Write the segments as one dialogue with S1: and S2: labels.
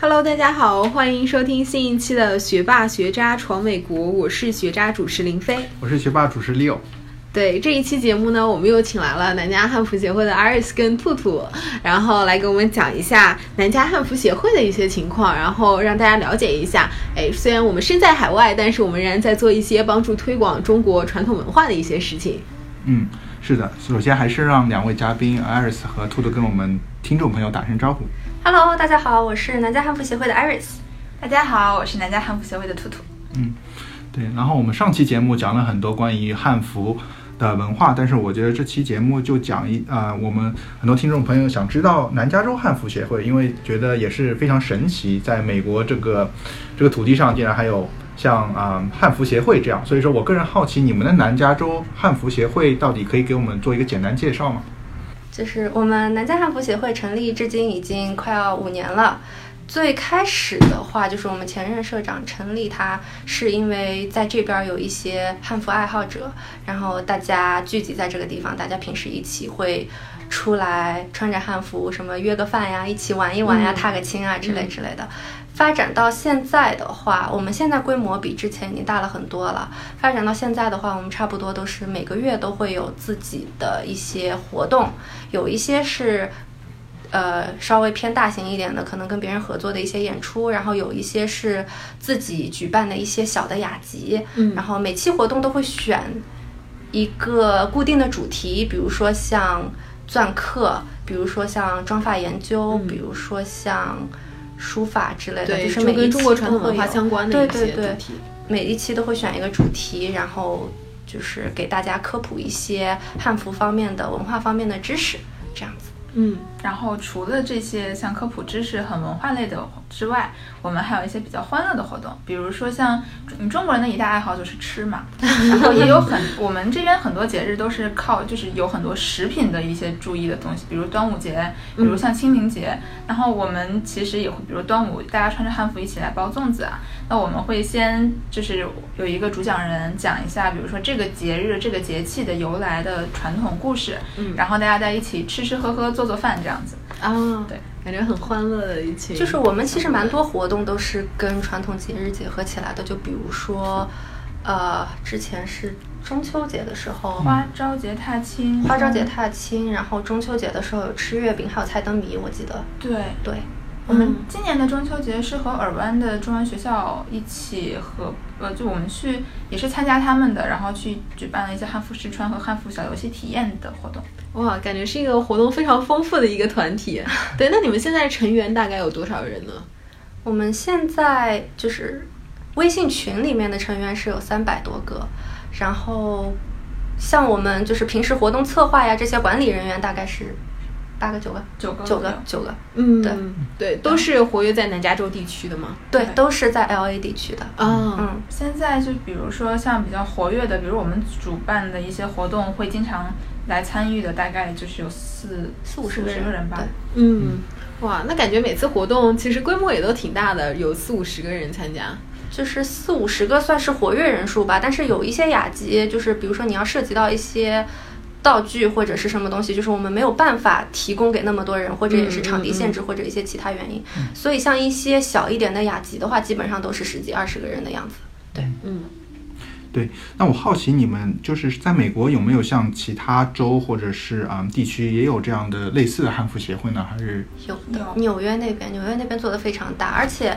S1: Hello，大家好，欢迎收听新一期的《学霸学渣闯美国》，我是学渣主持林飞。
S2: 我是学霸主持 Leo，
S1: 对这一期节目呢，我们又请来了南加汉服协会的 Iris 跟兔兔，然后来给我们讲一下南加汉服协会的一些情况，然后让大家了解一下。哎，虽然我们身在海外，但是我们仍然在做一些帮助推广中国传统文化的一些事情。
S2: 嗯，是的，首先还是让两位嘉宾 Iris 和兔兔跟我们听众朋友打声招呼。
S3: Hello，大家好，我是南加汉服协会的 Iris。
S4: 大家好，我是南加汉服协会的兔兔。
S2: 对，然后我们上期节目讲了很多关于汉服的文化，但是我觉得这期节目就讲一啊、我们很多听众朋友想知道南加州汉服协会，因为觉得也是非常神奇，在美国这个这个土地上竟然还有像啊、汉服协会这样，所以说我个人好奇你们的南加州汉服协会到底可以给我们做一个简单介绍吗？
S3: 就是我们南加汉服协会成立至今已经快要五年了。最开始的话，就是我们前任社长成立它，是因为在这边有一些汉服爱好者，然后大家聚集在这个地方，大家平时一起会出来穿着汉服，什么约个饭呀，一起玩一玩呀，
S1: 嗯
S3: 踏个青啊之类之类的。发展到现在的话，我们现在规模比之前已经大了很多了。发展到现在的话，我们差不多都是每个月都会有自己的一些活动，有一些是。呃，稍微偏大型一点的，可能跟别人合作的一些演出，然后有一些是自己举办的一些小的雅集，
S1: 嗯
S3: 然后每期活动都会选一个固定的主题，比如说像篆刻，比如说像妆发研究，
S1: 嗯
S3: 比如说像书法之类的，
S1: 对，
S3: 就是
S1: 就
S3: 每一
S1: 跟
S3: 期
S1: 中国传统文化
S3: 都会有
S1: 相关的一
S3: 对
S1: 些
S3: 对
S1: 主
S3: 对
S1: 题。
S3: 每一期都会选一个主题，然后就是给大家科普一些汉服方面的文化方面的知识，这样子。
S1: 嗯，
S4: 然后除了这些像科普知识很文化类的之外，我们还有一些比较欢乐的活动，比如说像嗯中国人的一大爱好就是吃嘛，然后也有很我们这边很多节日都是靠就是有很多食品的一些注意的东西，比如端午节，
S3: 嗯
S4: 比如像清明节，然后我们其实也会，比如端午大家穿着汉服一起来包粽子啊，那我们会先就是有一个主讲人讲一下，比如说这个节日这个节气的由来的传统故事，
S1: 嗯
S4: 然后大家在一起吃吃喝喝做做饭这样子。
S1: 啊，
S4: 对，
S1: 感觉很欢乐的一期。
S3: 就是我们其实蛮多活动都是跟传统节日结合起来的，就比如说，呃，之前是中秋节的时
S1: 嗯
S3: 候。
S4: 花朝节踏青，
S3: 哦花朝节踏青，然后中秋节的时候有吃月饼，还有猜灯谜，我记得。
S4: 对。
S3: 对，
S4: 我们
S1: 嗯
S4: 今年的中秋节是和尔湾的中文学校一起和呃，就我们去也是参加他们的，然后去举办了一些汉服试穿和汉服小游戏体验的活动。
S1: 哇，感觉是一个活动非常丰富的一个团 体。对，那你们现在成员大概有多少人呢？
S3: 我们现在就是微信群里面的成员是有三百多个，然后像我们就是平时活动策划呀这些管理人员大概是八个九个
S4: 九个
S3: 九
S4: 左右
S3: 个九个，
S1: 嗯
S3: 对
S1: 对，都是活跃在南加州地区的吗？
S3: 对，
S4: 对
S3: 都是在 L A 地区的。
S1: 啊，
S3: 嗯，
S4: 现在就比如说像比较活跃的，比如我们主办的一些活动会经常来参与的，大概就是有四
S3: 四
S4: 四
S3: 五十个人
S4: 个人吧
S3: 对。
S1: 嗯，哇，那感觉每次活动其实规模也都挺大的，有四五十个人参加。
S3: 就是四五十个算是活跃人数吧，但是有一些雅集，就是比如说你要涉及到一些道具或者是什么东西，就是我们没有办法提供给那么多人，或者也是场地限制或者一些其他原因，所以像一些小一点的雅集的话，基本上都是十几二十个人的样子。
S1: 嗯
S2: 对，那我好奇你们就是在美国有没有像其他州或者是啊、嗯地区也有这样的类似的汉服协会呢？还是
S3: 有的
S4: 有，
S3: 纽约那边，纽约那边做的非常大，而且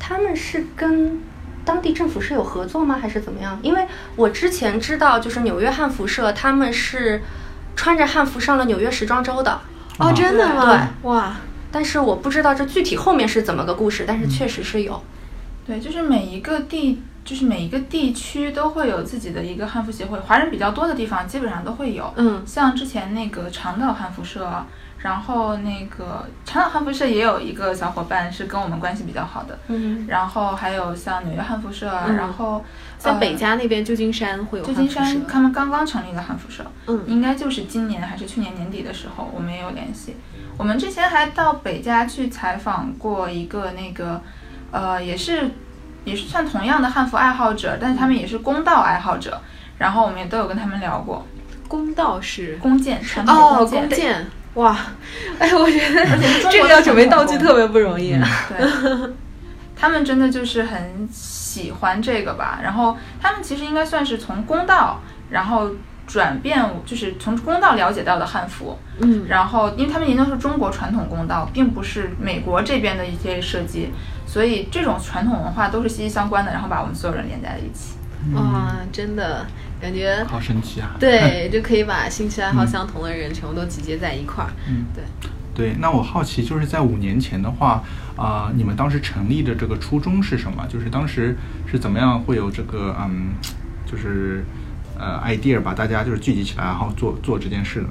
S3: 他们是跟当地政府是有合作吗，还是怎么样？因为我之前知道，就是纽约汉服社他们是穿着汉服上了纽约时装周的。
S1: 哦，真的吗？哇，
S3: 但是我不知道这具体后面是怎么个故事，但是确实是有。
S4: 对，就是每一个地，就是每一个地区都会有自己的一个汉服协会，华人比较多的地方基本上都会有。
S1: 嗯
S4: 像之前那个长岛汉服社，然后那个长岛汉服社也有一个小伙伴是跟我们关系比较好的，
S3: 嗯，
S4: 然后还有像纽约汉服社，啊
S1: 嗯
S4: 然后
S1: 在
S4: 呃
S1: 北加那边旧金山会有
S4: 旧
S1: 汉
S4: 金
S1: 服社
S4: 山，他们刚刚成立的汉服社，
S1: 嗯
S4: 应该就是今年还是去年年底的时候，我们也有联系。我们之前还到北加去采访过一个那个，呃，也是也是算同样的汉服爱好者，但是他们也是弓道爱好者。然后我们也都有跟他们聊过
S1: 公道是
S4: 弓箭，传统的
S1: 哦，
S4: 弓
S1: 弓
S4: 箭。
S1: 箭哇，哎，我觉得
S4: 而且是中国
S1: 这个
S4: 的
S1: 要准备
S4: 传统
S1: 道具特别不容易。啊
S2: 嗯
S4: 对，他们真的就是很喜欢这个吧。然后他们其实应该算是从公道，然后转变，就是从公道了解到的汉服。
S1: 嗯
S4: 然后，因为他们研究的是中国传统公道，并不是美国这边的一些设计，所以这种传统文化都是息息相关的，然后把我们所有人连在了一起。
S1: 哇，真的感觉
S2: 好神奇 啊！
S1: 对，就可以把兴趣爱好相同的人全部都集结在一块儿。
S2: 嗯，
S1: 对。
S2: 对，那我好奇，就是在五年前的话，啊、你们当时成立的这个初衷是什么？就是当时是怎么样会有这个嗯，就是呃 idea 把大家就是聚集起来，然后做做这件事呢？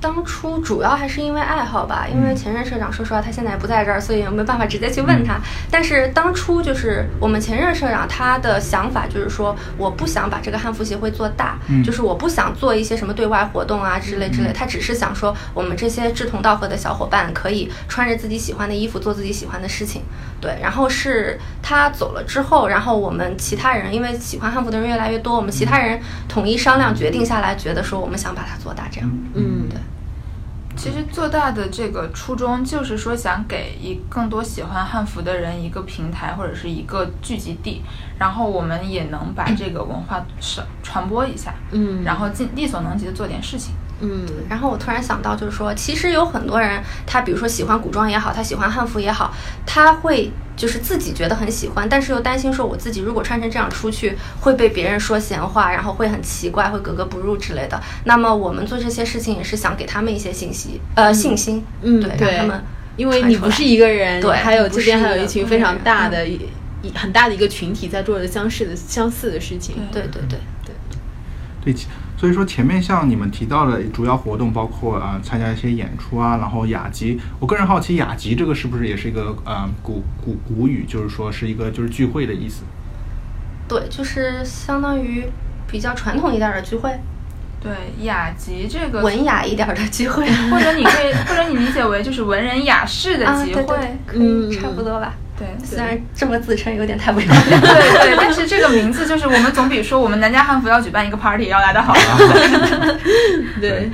S3: 当初主要还是因为爱好吧，因为前任社长，说实话他现在也不在这儿，所以也没办法直接去问他。但是当初就是我们前任社长他的想法就是说，我不想把这个汉服协会做大，
S2: 嗯
S3: 就是我不想做一些什么对外活动啊之类之类，他只是想说我们这些志同道合的小伙伴可以穿着自己喜欢的衣服做自己喜欢的事情。对，然后是他走了之后，然后我们其他人因为喜欢汉服的人越来越多，我们其他人统一商量决定下来，觉得说我们想把它做大这样。
S1: 嗯，
S3: 对
S4: 其实做大的这个初衷就是说，想给一更多喜欢汉服的人一个平台或者是一个聚集地，然后我们也能把这个文化传传播一下，
S1: 嗯
S4: 然后尽力所能及的做点事情。
S1: 嗯
S3: 然后我突然想到，就是说，其实有很多人，他比如说喜欢古装也好，他喜欢汉服也好，他会就是自己觉得很喜欢，但是又担心说我自己如果穿成这样出去，会被别人说闲话，然后会很奇怪，会格格不入之类的。那么我们做这些事情也是想给他们一些信息，呃，信心，
S1: 嗯
S3: 对，
S1: 对
S3: 让他们
S1: 因为你不是一个人，
S3: 对
S1: 还有
S3: 你不
S1: 这
S3: 是
S1: 边
S3: 一
S1: 还
S3: 个
S1: 有一群
S3: 个
S1: 非常
S3: 人
S1: 大
S3: 嗯
S1: 的一一很大的一个群体在做着相似的相似的事情。
S3: 对对对。
S2: 对，其所以说前面像你们提到的主要活动，包括啊、呃参加一些演出啊，然后雅集。我个人好奇，雅集这个是不是也是一个呃古古古语，就是说是一个就是聚会的意思？
S3: 对，就是相当于比较传统一点儿的聚会，
S4: 对，雅集这个
S3: 文雅一点儿的聚会，
S4: 或者你可以，或者你理解为就是文人雅士的
S3: 啊，
S4: 集
S3: 对
S4: 会，
S3: 对对，可
S1: 嗯
S3: 以，差不多吧。
S4: 对对
S3: 虽然这么自称有点太不要脸了。
S4: 对对，但是这个名字就是我们总比说我们南家汉服要举办一个 party 要来的好。
S1: 对，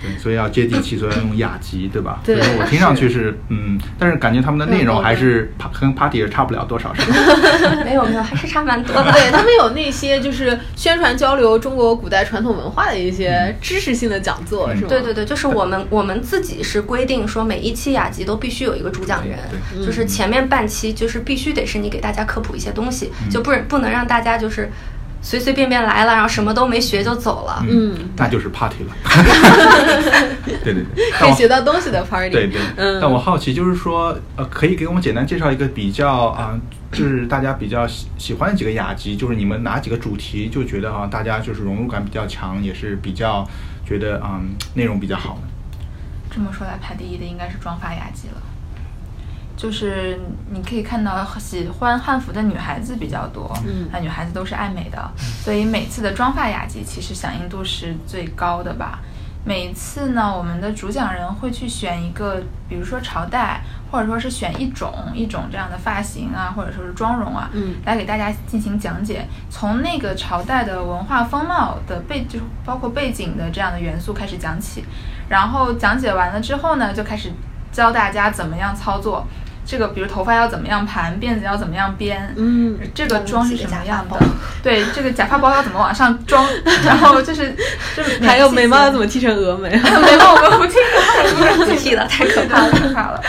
S2: 对，所以要接地气，所以要用雅集，对吧？
S1: 对嗯
S2: 所以我听上去是嗯，但是感觉他们的内容还是怕跟 party 也差不了多少，是 吧？嗯
S3: 没有没有，还是差蛮多的。
S1: 对他们有那些就是宣传交流中国古代传统文化的一些知识性的讲座，
S2: 嗯
S1: 是吗？
S3: 对对对，就是我们我们自己是规定说，每一期雅集都必须有一个主讲人
S2: 对，
S3: 就是前面半期就是必须得是你给大家科普一些东西，
S2: 嗯
S3: 就不不能让大家就是随随便便来了，然后什么都没学就走了。
S1: 嗯，
S2: 那就是 party 了。对对对，
S1: 可
S2: 但
S1: 以
S2: 我
S1: 学到东西的 party。
S2: 对对，
S1: 嗯，
S2: 但我好奇就是说，呃，可以给我们简单介绍一个比较啊、就是大家比较喜喜欢的几个雅集，就是你们哪几个主题就觉得啊，大家就是融入感比较强，也是比较觉得嗯内容比较好的。
S4: 这么说来，排第一的应该是妆发雅集了。就是你可以看到喜欢汉服的女孩子比较多，
S1: 嗯
S4: 那女孩子都是爱美的，所以每次的妆发雅集其实响应度是最高的吧。每次呢，我们的主讲人会去选一个，比如说朝代，或者说是选一种一种这样的发型啊，或者说是妆容啊，
S1: 嗯
S4: 来给大家进行讲解，从那个朝代的文化风貌的背，就是包括背景的这样的元素开始讲起，然后讲解完了之后呢，就开始教大家怎么样操作，这个比如头发要怎么样盘，辫子要怎么样编，
S1: 嗯，
S4: 这个妆是什么样
S3: 这
S4: 的
S3: 个假发包，
S4: 对，这个假发包要怎么往上 装，然后就是就是
S1: 还有眉毛要怎
S4: 么
S1: 么剃成峨 眉？
S4: 眉毛我们不清楚，
S3: 不剃了，太可怕
S4: 太
S3: 了。
S4: 可怕了。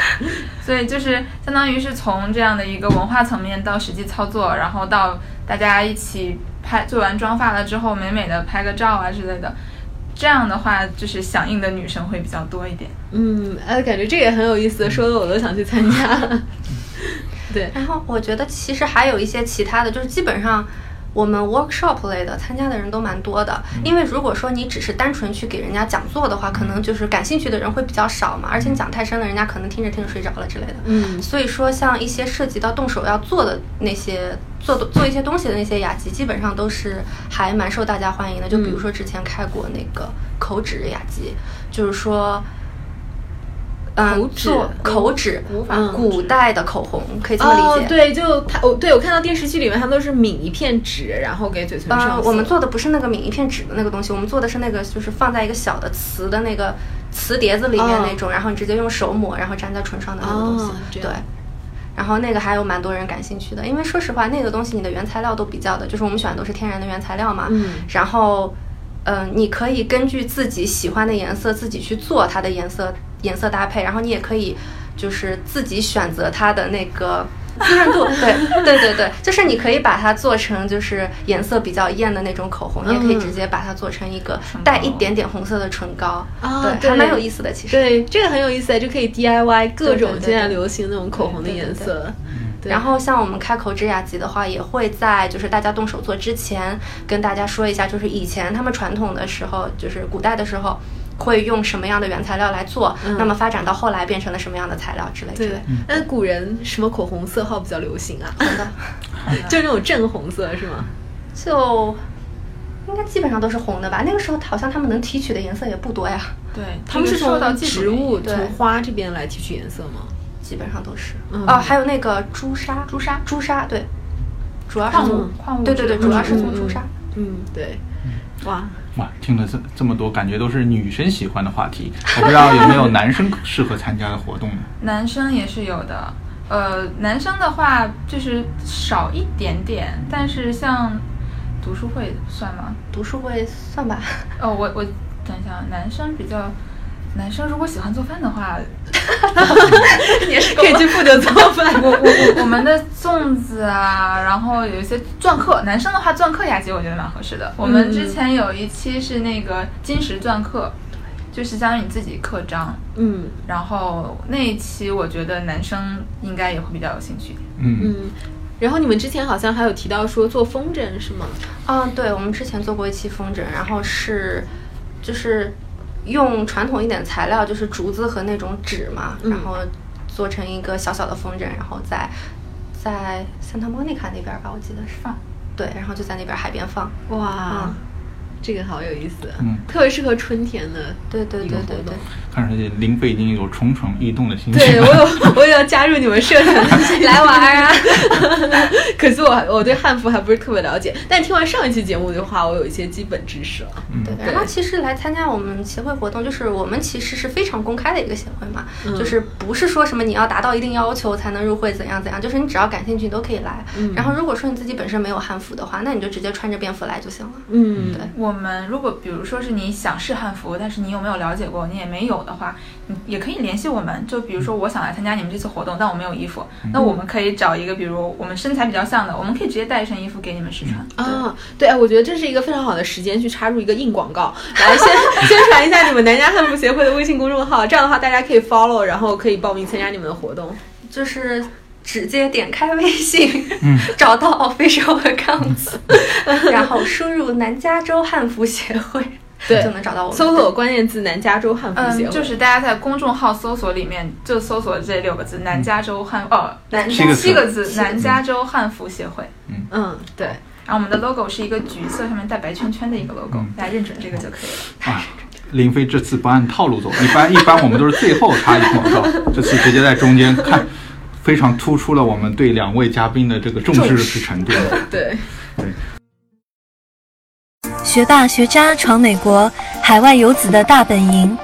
S4: 所以就是相当于是从这样的一个文化层面到实际操作，然后到大家一起拍做完妆发了之后，美美的拍个照啊之类的。这样的话，就是响应的女生会比较多一点。
S1: 嗯，哎，感觉这个也很有意思，说的我都想去参加。对，
S3: 然后我觉得其实还有一些其他的，就是基本上我们 workshop 类的参加的人都蛮多的，因为如果说你只是单纯去给人家讲座的话，可能就是感兴趣的人会比较少嘛，而且你讲太深了，人家可能听着听着睡着了之类的。
S1: 嗯
S3: 所以说像一些涉及到动手要做的那些做做一些东西的那些雅集，基本上都是还蛮受大家欢迎的。就比如说之前开过那个口指雅集，就是说。嗯，
S1: 口指
S3: 做口指，
S4: 古法
S1: 嗯
S3: 古代的口红，可以这么理解。
S1: 哦，对，就他，我对我看到电视剧里面，他们都是抿一片纸，然后给嘴唇上
S3: 呃，
S1: 色。
S3: 我们做的不是那个抿一片纸的那个东西，我们做的是那个就是放在一个小的瓷的那个瓷碟子里面
S1: 哦
S3: 那种，然后你直接用手抹，然后粘在唇上的那个东西
S1: 哦。这样
S3: 对。然后那个还有蛮多人感兴趣的，因为说实话，那个东西你的原材料都比较的，就是我们选的都是天然的原材料嘛。
S1: 嗯
S3: 然后，嗯、你可以根据自己喜欢的颜色自己去做它的颜色颜色搭配，然后你也可以就是自己选择它的那个。 滋 润度，对对对对，就是你可以把它做成就是颜色比较艳的那种口红，你也可以
S1: 嗯
S3: 直接把它做成一个
S4: 唇膏
S3: 带一点点红色的唇膏，
S1: 啊对
S3: 还蛮有意思的。其实，
S1: 对，这个很有意思，就可以 DIY 各种
S3: 对对对
S1: 现在流行那种口红的
S3: 对对对
S1: 颜色。对
S3: 然后像我们开口指甲集的话，也会在就是大家动手做之前跟大家说一下，就是以前他们传统的时候，就是古代的时候。会用什么样的原材料来做？
S1: 嗯
S3: 那么发展到后来变成了什么样的材料之类之类
S1: 对，那古人什么口红色号比较流行啊？
S3: 真的，
S1: 就那种正红色是吗？
S3: 就应该基本上都是红的吧？那个时候好像他们能提取的颜色也不多呀，
S4: 对，
S1: 他们
S4: 这
S1: 是
S4: 个受到
S1: 从
S4: 技术
S1: 植
S4: 原因
S1: 物、
S3: 对
S1: 从花这边来提取颜色吗？
S3: 基本上都是。
S1: 嗯
S3: 哦，还有那个朱砂，
S4: 朱砂
S3: 朱砂对，主要是
S4: 矿
S3: 从
S4: 物矿物
S3: 嗯对对对，
S4: 质
S3: 主要是
S4: 嗯
S3: 从朱砂。
S1: 嗯，对。
S3: 嗯
S1: 哇，
S5: 哇，听了这这么多，感觉都是女生喜欢的话 题。我不知道有没有男生适合参加的活动呢？
S4: 男生也是有的。呃，男生的话就是少一点点，但是像读书会算吗？
S3: 读书会算吧，
S4: 哦，我我等一下，男生比较，男生如果喜欢做饭的话，
S1: 也 是可以去负责做 饭。
S4: 我我我我们的粽子啊，然后有一些篆刻，男生的话篆刻雅集我觉得蛮合适的。我们之前有一期是那个金石篆刻，就是相当于你自己刻章，
S1: 嗯
S4: 然后那一期我觉得男生应该也会比较有兴趣。
S5: 嗯，
S1: 嗯。然后你们之前好像还有提到说做风筝是吗？
S3: 嗯，对，我们之前做过一期风筝，然后是就是用传统一点的材料，就是竹子和那种纸嘛，
S1: 嗯
S3: 然后做成一个小小的风筝，然后在在 Santa Monica 那边吧，我记得是
S4: 放。
S3: 对，然后就在那边海边放。
S1: 哇，
S3: 嗯
S1: 这个好有意思，啊
S5: 嗯
S1: 特别适合春天的。
S3: 对对对对对，
S5: 看上去林飞已经有蠢蠢欲动的心情
S1: 对我
S5: 了。
S1: 有， 我也要加入你们社 团来玩儿啊！可是我我对汉服还不是特别了解，但听完上一期节目的话，我有一些基本知识了。
S5: 嗯
S3: 对，然后其实来参加我们协会活动，就是我们其实是非常公开的一个协会嘛，
S1: 嗯
S3: 就是不是说什么你要达到一定要求才能入会怎样怎样，就是你只要感兴趣你都可以来。
S1: 嗯
S3: 然后如果说你自己本身没有汉服的话，那你就直接穿着便服来就行了。
S1: 嗯，
S3: 对
S4: 我们如果比如说是你想试汉服，但是你有没有了解过？你也没有的话，你也可以联系我们。就比如说我想来参加你们这次活动，但我没有衣服，那我们可以找一个，比如我们身材比较像的，我们可以直接带一身衣服给你们试穿。
S1: 啊，对，哎我觉得这是一个非常好的时间去插入一个硬广告，来先宣传一下你们南加汉服协会的微信公众号，这样的话大家可以 follow，然后可以报名参加你们的活动。
S3: 就是直接点开微信，
S5: 嗯
S3: 找到 official accounts，然后输入南加州汉服协会，
S1: 对
S3: 就能找到我们。
S1: 搜索关键字“南加州汉服协
S4: 嗯，
S1: 会”，
S4: 就是大家在公众号搜索里面就搜索这六个字“南加州汉”哦，
S1: 南
S5: 七个字
S4: 七个字“南加州汉服协会
S1: 嗯，对，”。
S4: 然后我们的 logo 是一个橘色上面带白圈圈的一个 logo，、
S5: 嗯
S4: 大家认准这个就可以了。
S5: 啊，林飞这次不按套路走，一般一般我们都是最后插一个广告，这次直接在中间看，非常突出了我们对两位嘉宾的这个重视之程度。
S1: 对，
S6: 学霸学渣闯美国，海外游子的大本营。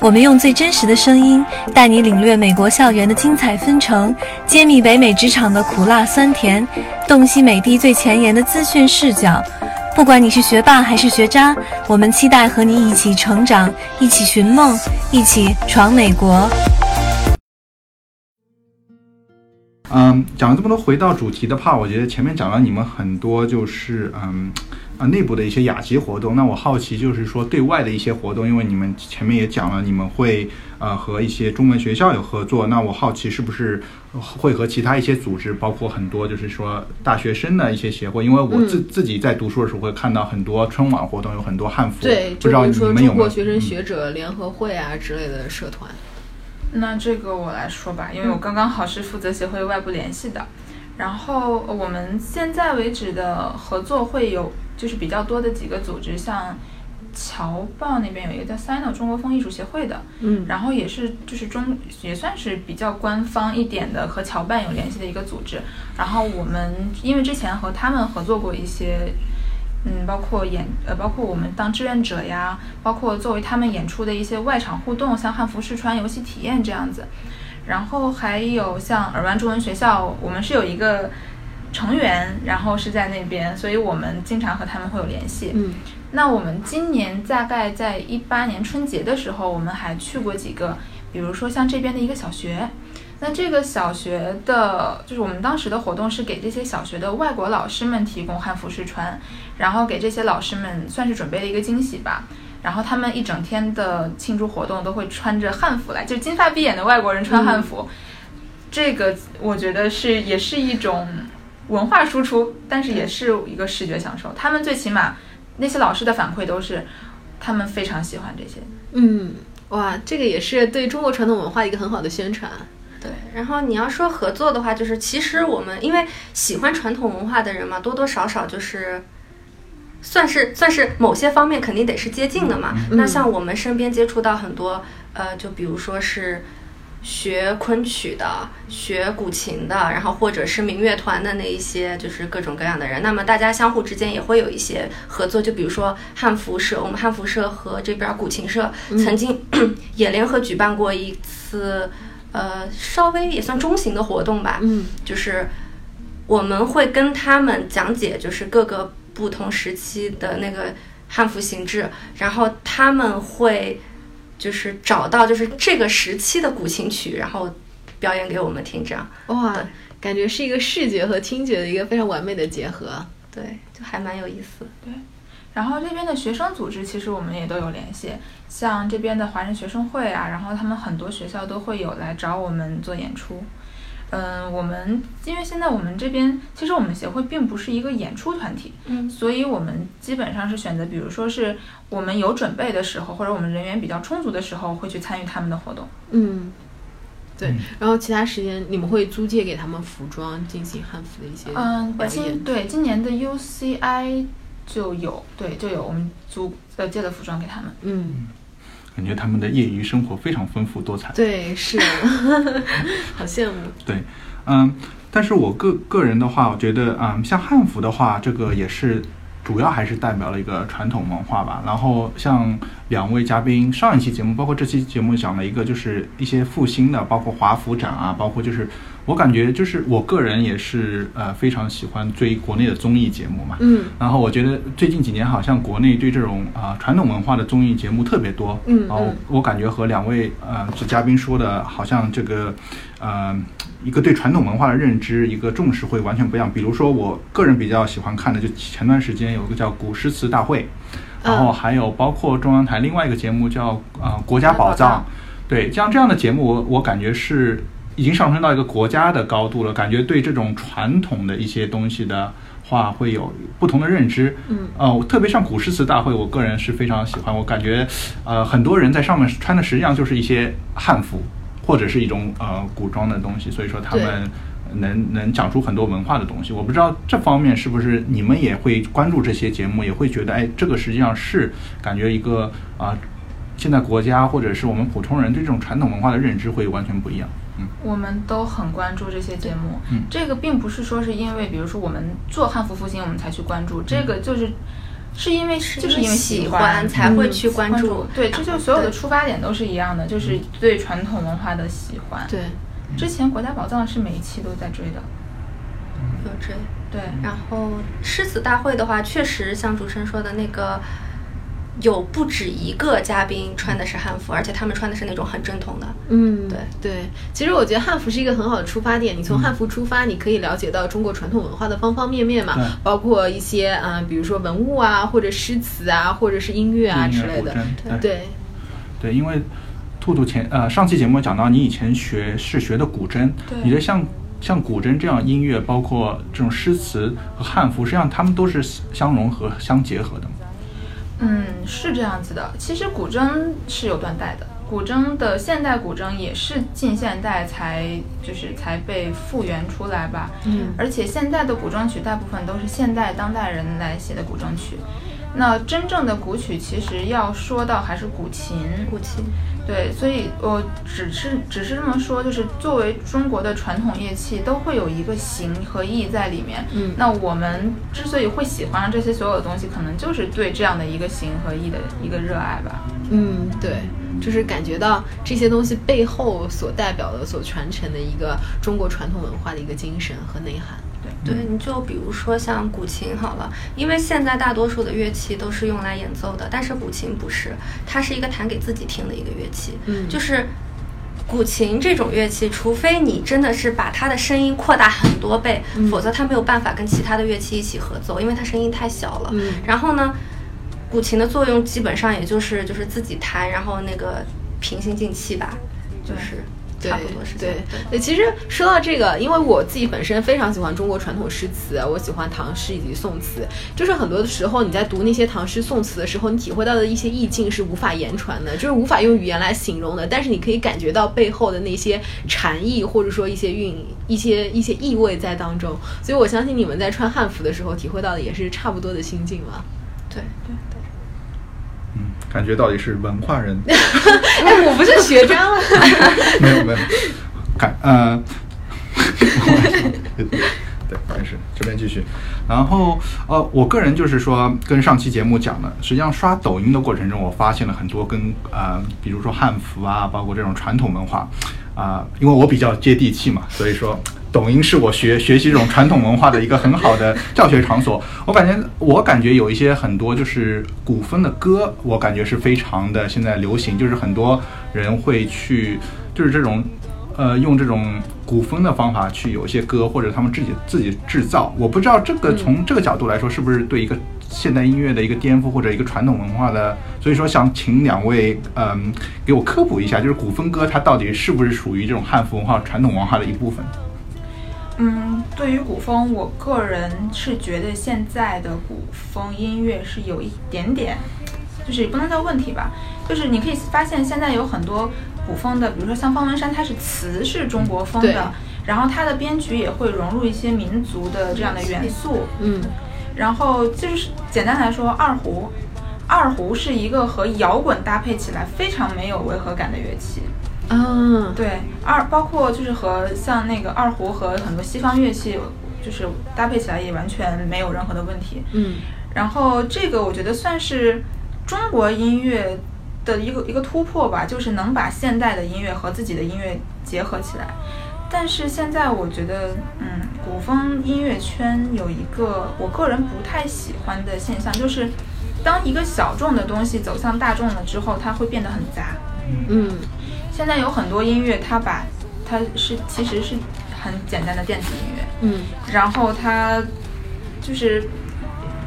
S6: 我们用最真实的声音，带你领略美国校园的精彩纷呈，揭秘北美职场的苦辣酸甜，洞悉美的最前沿的资讯视角。不管你是学霸还是学渣，我们期待和你一起成长，一起寻梦，一起闯美国。
S2: 嗯，讲了这么多，回到主题的话，我觉得前面讲了你们很多就是嗯啊内部的一些雅集活动。那我好奇就是说对外的一些活动，因为你们前面也讲了，你们会呃和一些中文学校有合作。那我好奇是不是呃会和其他一些组织，包括很多就是说大学生的一些协会？因为我
S1: 嗯
S2: 自、自己在读书的时候会看到很多春晚活动，有很多汉服，
S1: 对，
S2: 不
S1: 就
S2: 知道
S1: 比如
S2: 你
S1: 说
S2: 们有嗯
S1: 中
S2: 没
S1: 国
S2: 有？
S1: 学生学者联合会啊之类的社团。
S4: 那这个我来说吧，因为我刚刚好是负责协会外部联系的。然后呃我们现在为止的合作会有就是比较多的几个组织，像侨报那边有一个叫 Sino 中国风艺术协会的，
S1: 嗯
S4: 然后也是就是中也算是比较官方一点的和侨办有联系的一个组织。然后我们因为之前和他们合作过一些嗯，包括演呃，包括我们当志愿者呀，包括作为他们演出的一些外场互动，像汉服试穿、游戏体验这样子。然后还有像尔湾中文学校，我们是有一个成员，然后是在那边，所以我们经常和他们会有联系。
S1: 嗯，
S4: 那我们今年大概在一八年春节的时候，我们还去过几个，比如说像这边的一个小学。那这个小学的，就是我们当时的活动是给这些小学的外国老师们提供汉服试穿，然后给这些老师们算是准备了一个惊喜吧。然后他们一整天的庆祝活动都会穿着汉服来，就金发碧眼的外国人穿汉服，这个我觉得是也是一种文化输出，但是也是一个视觉享受。他们最起码那些老师的反馈都是，他们非常喜欢这些。
S1: 嗯，哇，这个也是对中国传统文化一个很好的宣传。
S3: 对，然后你要说合作的话，就是其实我们因为喜欢传统文化的人嘛，多多少少就是算是算是某些方面肯定得是接近的嘛。那像我们身边接触到很多，呃，就比如说是学昆曲的、学古琴的，然后或者是民乐团的那一些，就是各种各样的人。那么大家相互之间也会有一些合作，就比如说汉服社，我们汉服社和这边古琴社曾经、也联合举办过一次。呃，稍微也算中型的活动吧，
S1: 嗯，
S3: 就是我们会跟他们讲解，就是各个不同时期的那个汉服形制，然后他们会就是找到就是这个时期的古琴曲，然后表演给我们听，这样
S1: 哇，感觉是一个视觉和听觉的一个非常完美的结合。
S3: 对，就还蛮有意思。
S4: 然后这边的学生组织其实我们也都有联系，像这边的华人学生会啊，然后他们很多学校都会有来找我们做演出。嗯，我们因为现在我们这边其实我们协会并不是一个演出团体，
S3: 嗯
S4: 所以我们基本上是选择，比如说是我们有准备的时候，或者我们人员比较充足的时候，会去参与他们的活动。
S1: 嗯，对
S7: 嗯。
S1: 然后其他时间你们会租借给他们服装进行汉服的一些
S4: 嗯，
S1: 表演。
S4: 今对今年的 UCI 就有，对就有我们租呃借了服装给他们。
S1: 嗯，
S2: 感觉他们的业余生活非常丰富多彩。
S1: 对，是，啊 好羡慕。
S2: 嗯，但是我个个人的话，我觉得，嗯，像汉服的话，这个也是主要还是代表了一个传统文化吧。然后像两位嘉宾上一期节目，包括这期节目讲了一个，就是一些复兴的，包括华服展啊，包括就是我感觉就是我个人也是呃非常喜欢追国内的综艺节目嘛。
S1: 嗯
S2: 然后我觉得最近几年好像国内对这种啊、传统文化的综艺节目特别多，
S1: 嗯
S2: 然后
S1: 嗯
S2: 我感觉和两位呃主嘉宾说的，好像这个呃一个对传统文化的认知，一个重视会完全不一样。比如说我个人比较喜欢看的，就前段时间有一个叫《古诗词大会》，然后还有包括中央台另外一个节目叫呃《国家宝
S4: 国
S2: 藏
S4: 家宝藏》，
S2: 对，像这样的节目我，我感觉是已经上升到一个国家的高度了，感觉对这种传统的一些东西的话会有不同的认知。
S1: 嗯，
S2: 呃，我特别像古诗词大会，我个人是非常喜欢，我感觉呃很多人在上面穿的实际上就是一些汉服或者是一种呃古装的东西，所以说他们。能能讲出很多文化的东西，我不知道这方面是不是你们也会关注这些节目，也会觉得哎，这个实际上是感觉一个啊、现在国家或者是我们普通人对这种传统文化的认知会完全不一样。嗯
S4: 我们都很关注这些节目。
S2: 嗯
S4: 这个并不是说是因为，比如说我们做汉服复兴我们才去关注，这个就是是因为就是因为
S3: 喜
S4: 欢嗯
S3: 才会去关
S4: 关
S3: 注，
S4: 对，这就是所有的
S3: 对
S4: 出发点都是一样的，就是对传统文化的喜欢。
S1: 对，
S4: 之前国家宝藏是每一期都在追的，
S3: 有这。
S4: 对，
S3: 然后诗词大会的话，确实像主持人说的那个，有不止一个嘉宾穿的是汉服，而且他们穿的是那种很正统的。
S1: 嗯，
S3: 对
S1: 对。其实我觉得汉服是一个很好的出发点，你
S2: 嗯
S1: 从汉服出发，你可以了解到中国传统文化的方方面面嘛
S2: 对，
S1: 包括一些啊、呃比如说文物啊，或者诗词啊，或者是音乐啊
S2: 音
S1: 之
S2: 乐
S1: 类
S2: 古
S1: 的。
S2: 筝对
S1: 对，
S2: 对，因为兔兔前呃上期节目讲到，你以前学是学的古筝，你的像像古筝这样音乐，包括这种诗词和汉服，实际上他们都是相融合、相结合的嘛。
S4: 嗯，是这样子的。其实古筝是有断代的，古筝的现代古筝也是近现代才就是才被复原出来吧。
S1: 嗯
S4: 而且现在的古装曲大部分都是现代当代人来写的古装曲。那真正的古曲其实要说到还是古琴，
S3: 古琴，
S4: 对，所以我只是只是这么说，就是作为中国的传统乐器，都会有一个形和意在里面。
S1: 嗯
S4: 那我们之所以会喜欢上这些所有的东西，可能就是对这样的一个形和意的一个热爱吧。
S1: 嗯，对，就是感觉到这些东西背后所代表的、所传承的一个中国传统文化的一个精神和内涵。
S3: 对，你就比如说像古琴好了，因为现在大多数的乐器都是用来演奏的，但是古琴不是，它是一个弹给自己听的一个乐器。
S1: 嗯
S3: 就是古琴这种乐器，除非你真的是把它的声音扩大很多倍，
S1: 嗯
S3: 否则它没有办法跟其他的乐器一起合奏，因为它声音太小了。
S1: 嗯
S3: 然后呢，古琴的作用基本上也就是就是自己弹，然后那个平心静气吧，就是
S1: 对
S3: 差不多是这样哦
S1: 对。对，其实说到这个，因为我自己本身非常喜欢中国传统诗词，我喜欢唐诗以及宋词。就是很多的时候，你在读那些唐诗宋词的时候，你体会到的一些意境是无法言传的，就是无法用语言来形容的。但是你可以感觉到背后的那些禅意，或者说一些韵、一些一些意味在当中。所以我相信你们在穿汉服的时候，体会到的也是差不多的心境吧。
S3: 对
S2: 嗯，感觉到底是文化人，
S1: 哎，我不是学渣 吗？
S2: 没有没有，感呃，对，没事，这边继续。然后呃，我个人就是说，跟上期节目讲的，实际上刷抖音的过程中，我发现了很多跟呃，比如说汉服啊，包括这种传统文化啊、因为我比较接地气嘛，所以说。抖音是我学学习这种传统文化的一个很好的教学场所。 我感觉，我感觉有一些很多就是古风的歌，我感觉是非常的现在流行，就是很多人会去，就是这种呃，用这种古风的方法去有一些歌，或者他们自己自己制造。我不知道这个从这个角度来说，是不是对一个现代音乐的一个颠覆，或者一个传统文化的？所以说，想请两位，嗯，给我科普一下，就是古风歌它到底是不是属于这种汉服文化、传统文化的一部分？
S4: 嗯，对于古风，我个人是觉得现在的古风音乐是有一点点，就是也不能叫问题吧，就是你可以发现现在有很多古风的，比如说像方文山，它是词是中国风
S1: 对
S4: 的，然后它的编曲也会融入一些民族的这样的元素，
S1: 嗯
S4: 然后就是简单来说，二胡，二胡是一个和摇滚搭配起来非常没有违和感的乐器，
S3: 嗯
S1: 啊，
S4: 对，二包括就是和像那个二胡和很多西方乐器，就是搭配起来也完全没有任何的问题。
S1: 嗯
S4: 然后这个我觉得算是中国音乐的一个一个突破吧，就是能把现代的音乐和自己的音乐结合起来。但是现在我觉得，嗯，古风音乐圈有一个我个人不太喜欢的现象，就是当一个小众的东西走向大众了之后，它会变得很杂。
S1: 嗯
S4: 现在有很多音乐，它把它是其实是很简单的电子音乐，
S1: 嗯
S4: 然后它就是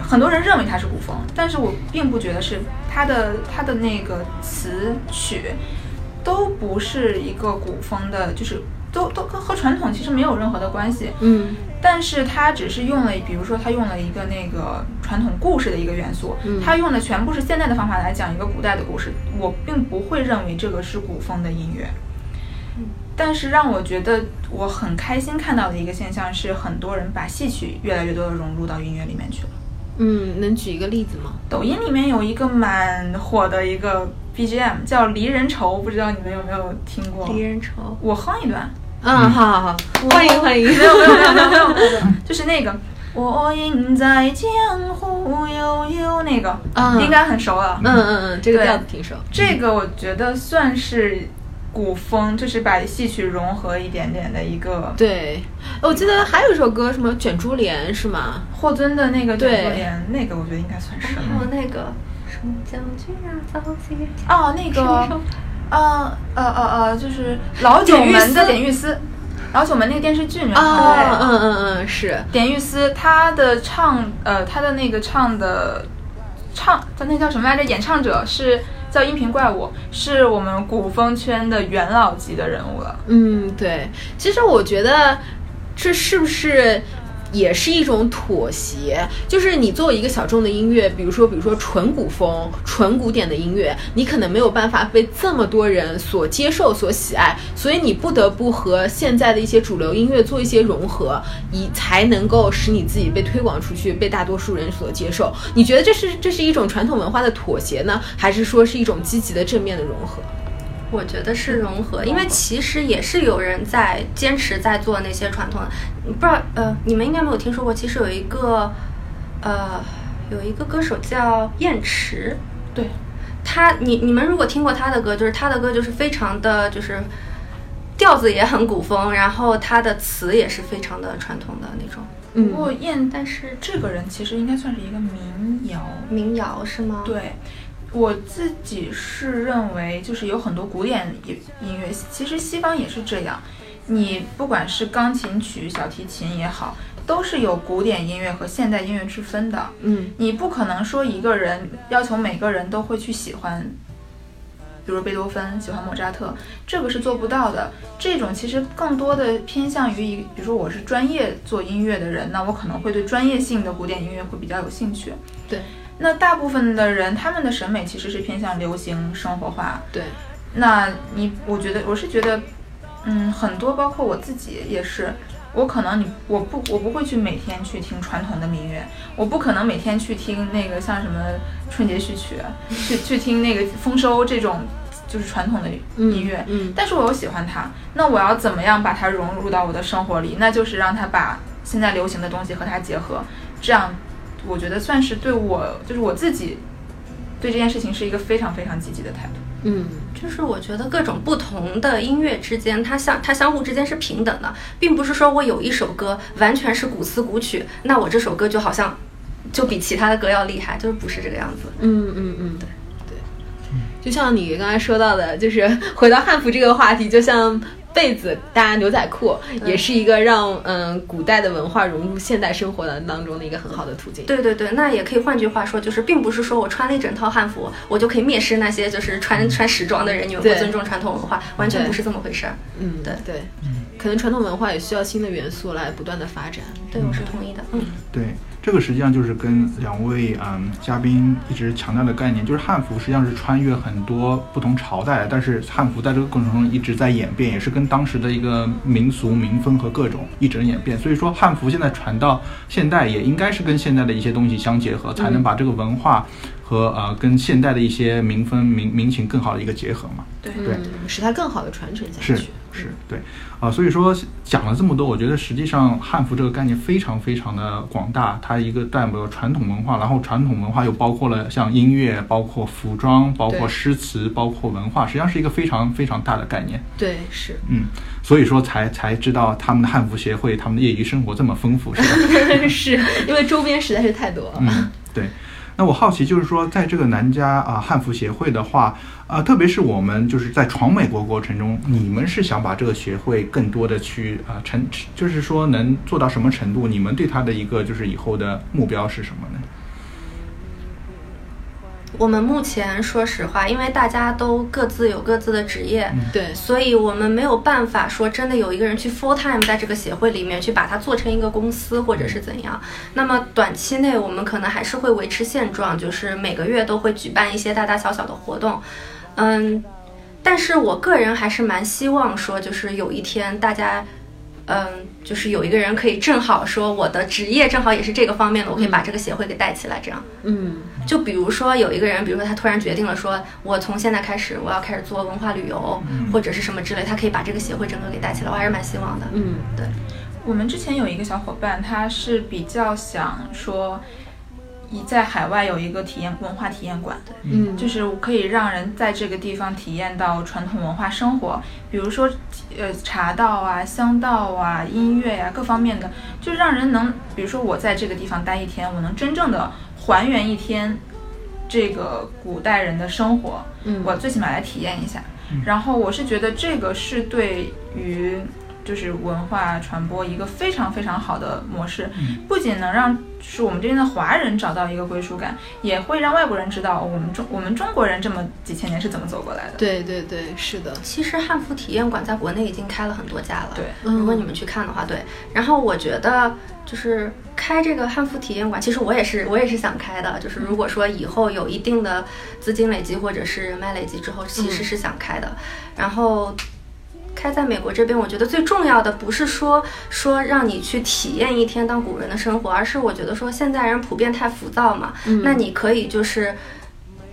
S4: 很多人认为它是古风，但是我并不觉得是它的它的那个词曲都不是一个古风的，就是都都跟和传统其实没有任何的关系。
S1: 嗯
S4: 但是它只是用了，比如说它用了一个那个传统故事的一个元素，
S1: 嗯
S4: 它用的全部是现代的方法来讲一个古代的故事，我并不会认为这个是古风的音乐。
S3: 嗯
S4: 但是让我觉得我很开心看到的一个现象是，很多人把戏曲越来越多的融入到音乐里面去了。
S1: 嗯，能举一个例子吗？
S4: 抖音里面有一个蛮火的一个 BGM 叫《离人愁》，不知道你们有没有听过？
S3: 离人愁，
S4: 我哼一段。
S1: 嗯，好好好，欢迎欢迎。
S4: 哦没有没有没有没有没有没有， 就是那个我饮在江湖悠悠那个，
S1: 嗯
S4: 应该很熟了。
S1: 嗯嗯嗯，这个
S4: 对
S1: 调子挺熟。
S4: 这个我觉得算是古风，就是把戏曲融合一点点的一个
S1: 对，哦我记得还有一首歌，什么《卷珠帘》是吗？
S4: 霍尊的那个卷
S1: 对哎
S4: 珠帘，那个我觉得应该算是
S3: 还有那个什么将军啊，早起。
S4: 哦，那
S3: 什
S4: 个
S3: 么。
S4: 呃呃呃呃，就是老九
S1: 典狱
S4: 门的
S1: 司
S4: 典狱司，老九门那个电视剧，然后
S1: 啊，嗯嗯嗯，是。
S4: 典狱司他的唱呃他的那个唱的唱他那叫什么来着？演唱者是叫音频怪物，是我们古风圈的元老级的人物了。
S1: 嗯，对。其实我觉得这是不是也是一种妥协。就是你作为一个小众的音乐，比如说比如说纯古风、纯古典的音乐，你可能没有办法被这么多人所接受、所喜爱，所以你不得不和现在的一些主流音乐做一些融合，以才能够使你自己被推广出去，被大多数人所接受。你觉得这是这是一种传统文化的妥协呢，还是说是一种积极的正面的融合？
S3: 我觉得是融合，因为其实也是有人在坚持在做那些传统的，不知道呃，你们应该没有听说过，其实有一个呃有一个歌手叫燕池，
S4: 对，
S3: 他你你们如果听过他的歌，就是他的歌就是非常的就是调子也很古风，然后他的词也是非常的传统的那种
S1: 嗯
S4: 不过燕，但是这个人其实应该算是一个民谣，
S3: 民谣是吗？
S4: 对。我自己是认为，就是有很多古典音音乐，其实西方也是这样。你不管是钢琴曲、小提琴也好，都是有古典音乐和现代音乐之分的。
S1: 嗯，
S4: 你不可能说一个人要求每个人都会去喜欢，比如贝多芬、喜欢莫扎特，这个是做不到的。这种其实更多的偏向于一，比如说我是专业做音乐的人，那我可能会对专业性的古典音乐会比较有兴趣。
S1: 对。
S4: 那大部分的人他们的审美其实是偏向流行生活化。
S1: 对，
S4: 那你我觉得我是觉得，嗯，很多包括我自己也是，我可能你我不我不会去每天去听传统的民乐，我不可能每天去听那个像什么春节序曲，去去听那个丰收这种就是传统的音乐。
S1: 嗯，
S4: 但是我又喜欢它，那我要怎么样把它融入到我的生活里？那就是让它把现在流行的东西和它结合，这样我觉得算是对我，就是我自己对这件事情是一个非常非常积极的态度。
S1: 嗯，
S3: 就是我觉得各种不同的音乐之间，它相它相互之间是平等的，并不是说我有一首歌完全是古词古曲，那我这首歌就好像就比其他的歌要厉害，就是不是这个样子。
S1: 嗯嗯嗯，对对，
S2: 嗯
S1: 就像你刚才说到的，就是 回到汉服这个话题，就像被子搭牛仔裤，也是一个让嗯古代的文化融入现代生活的当中的一个很好的途径。
S3: 对对对，那也可以换句话说，就是并不是说我穿了一整套汉服，我就可以蔑视那些就是穿穿时装的人，你们不
S1: 对
S3: 尊重传统文化，完全不是这么回事儿。
S1: 嗯，
S3: 对
S1: 对，可能传统文化也需要新的元素来不断的发展。
S3: 对，我是同意的。嗯，
S2: 对，这个实际上就是跟两位嗯嘉宾一直强调的概念，就是汉服实际上是穿越很多不同朝代的，但是汉服在这个过程中一直在演变，也是跟当时的一个民俗民风和各种一直演变。所以说，汉服现在传到现代，也应该是跟现代的一些东西相结合，才能把这个文化和呃跟现代的一些民风民民情更好的一个结合嘛。对
S1: 嗯，使它更好的传承下
S2: 是
S1: 去。
S2: 是，对，啊、所以说讲了这么多，我觉得实际上汉服这个概念非常非常的广大，它一个代表了传统文化，然后传统文化又包括了像音乐、包括服装、包括
S1: 对
S2: 诗词、包括文化，实际上是一个非常非常大的概念。
S1: 对，是。
S2: 嗯，所以说才才知道他们的汉服协会，他们的业余生活这么丰富，是吧？
S1: 是因为周边实在是太多了。
S2: 嗯，对。那我好奇就是说，在这个南加啊、汉服协会的话，啊、特别是我们就是在闯美国过程中，你们是想把这个协会更多的去啊、成，就是说能做到什么程度？你们对它的一个就是以后的目标是什么呢？
S3: 我们目前说实话，因为大家都各自有各自的职业，
S1: 对，
S3: 所以我们没有办法说真的有一个人去 full time 在这个协会里面去把它做成一个公司或者是怎样。那么短期内我们可能还是会维持现状，就是每个月都会举办一些大大小小的活动，嗯，但是我个人还是蛮希望说，就是有一天大家。嗯，就是有一个人可以正好说我的职业正好也是这个方面的，我可以把这个协会给带起来，这样。
S1: 嗯
S3: 就比如说有一个人，比如说他突然决定了说，我从现在开始我要开始做文化旅游、或者是什么之类，他可以把这个协会整个给带起来，我还是蛮希望的。
S1: 嗯
S4: 我们之前有一个小伙伴，他是比较想说，以在海外有一个体验文化体验馆，
S1: 嗯，
S4: 就是可以让人在这个地方体验到传统文化生活，比如说，呃，茶道啊、香道啊、音乐呀、各方面的，就让人能，比如说我在这个地方待一天，我能真正的还原一天这个古代人的生活，
S1: 嗯
S4: 我最起码来体验一下。然后我是觉得这个是对于就是文化传播一个非常非常好的模式
S5: 嗯，
S4: 不仅能让是我们这边的华人找到一个归属感，也会让外国人知道哦我们中我们中国人这么几千年是怎么走过来的。
S1: 对对对，是的，
S3: 其实汉服体验馆在国内已经开了很多家了，
S4: 对，
S1: 嗯
S3: 如果你们去看的话，对。然后我觉得就是开这个汉服体验馆，其实我也是我也是想开的，就是如果说以后有一定的资金累积或者是人脉累积之后，其实是想开的。然后。开在美国这边，我觉得最重要的不是说说让你去体验一天当古人的生活，而是我觉得说现在人普遍太浮躁嘛，
S1: 嗯
S3: 那你可以就是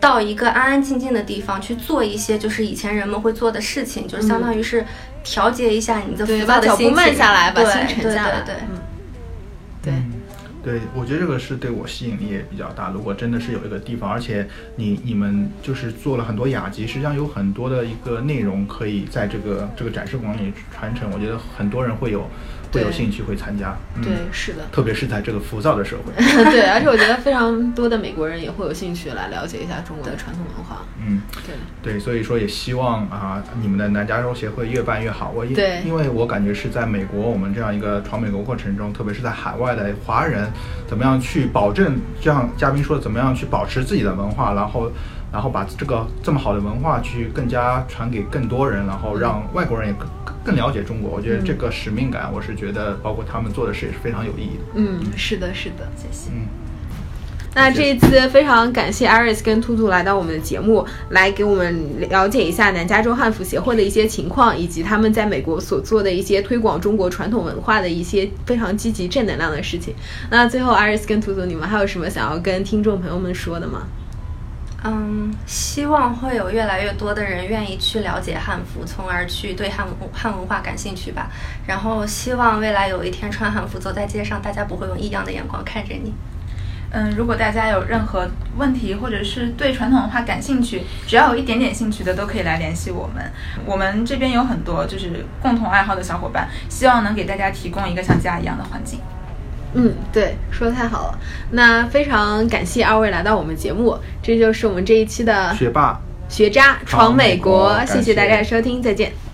S3: 到一个安安静静的地方去做一些就是以前人们会做的事情，就是相当于是调节一下你的
S1: 嗯对，
S3: 浮
S1: 把
S3: 躁的
S1: 脚
S3: 心
S1: 步
S3: 情，
S1: 慢下来，把
S3: 对
S1: 心沉下来，
S3: 对对对
S1: 嗯，对。
S2: 对，我觉得这个是对我吸引力也比较大。如果真的是有一个地方，而且你你们就是做了很多雅集，实际上有很多的一个内容可以在这个这个展示馆里传承。我觉得很多人会有会有
S1: 对
S2: 兴趣会参加，嗯、
S1: 对，是 的，
S2: 特别是在这个浮躁的社会，
S1: 对，而且我觉得非常多的美国人也会有兴趣来了解一下中国的传统文化。
S2: 嗯。
S1: 对，
S2: 对，所以说也希望啊、你们的南加州协会越办越好。我因
S1: 对
S2: 因为我感觉是在美国，我们这样一个闯美国过程中，特别是在海外的华人，怎么样去保证，就像嘉宾说，的，怎么样去保持自己的文化，然后，然后把这个这么好的文化去更加传给更多人，然后让外国人也更更了解中国。我觉得这个使命感，我是觉得包括他们做的事也是非常有意义的。
S1: 嗯，是的，是的。
S4: 谢谢。
S2: 嗯。
S1: 那这一次非常感谢 Iris 跟兔兔来到我们的节目，来给我们了解一下南加州汉服协会的一些情况，以及他们在美国所做的一些推广中国传统文化的一些非常积极正能量的事情。那最后，Iris 跟兔兔，你们还有什么想要跟听众朋友们说的吗？
S3: 嗯，希望会有越来越多的人愿意去了解汉服，从而去对汉文汉文化感兴趣吧。然后希望未来有一天穿汉服走在街上，大家不会用异样的眼光看着你。
S4: 嗯，如果大家有任何问题，或者是对传统文化感兴趣，只要有一点点兴趣的，都可以来联系我们。我们这边有很多就是共同爱好的小伙伴，希望能给大家提供一个像家一样的环境。
S1: 嗯，对，说的太好了。那非常感谢二位来到我们节目，这就是我们这一期的
S2: 学霸，
S1: 学渣闯美
S2: 闯美国
S1: 国，谢谢大家
S2: 感
S1: 的收听，再见。
S2: 拜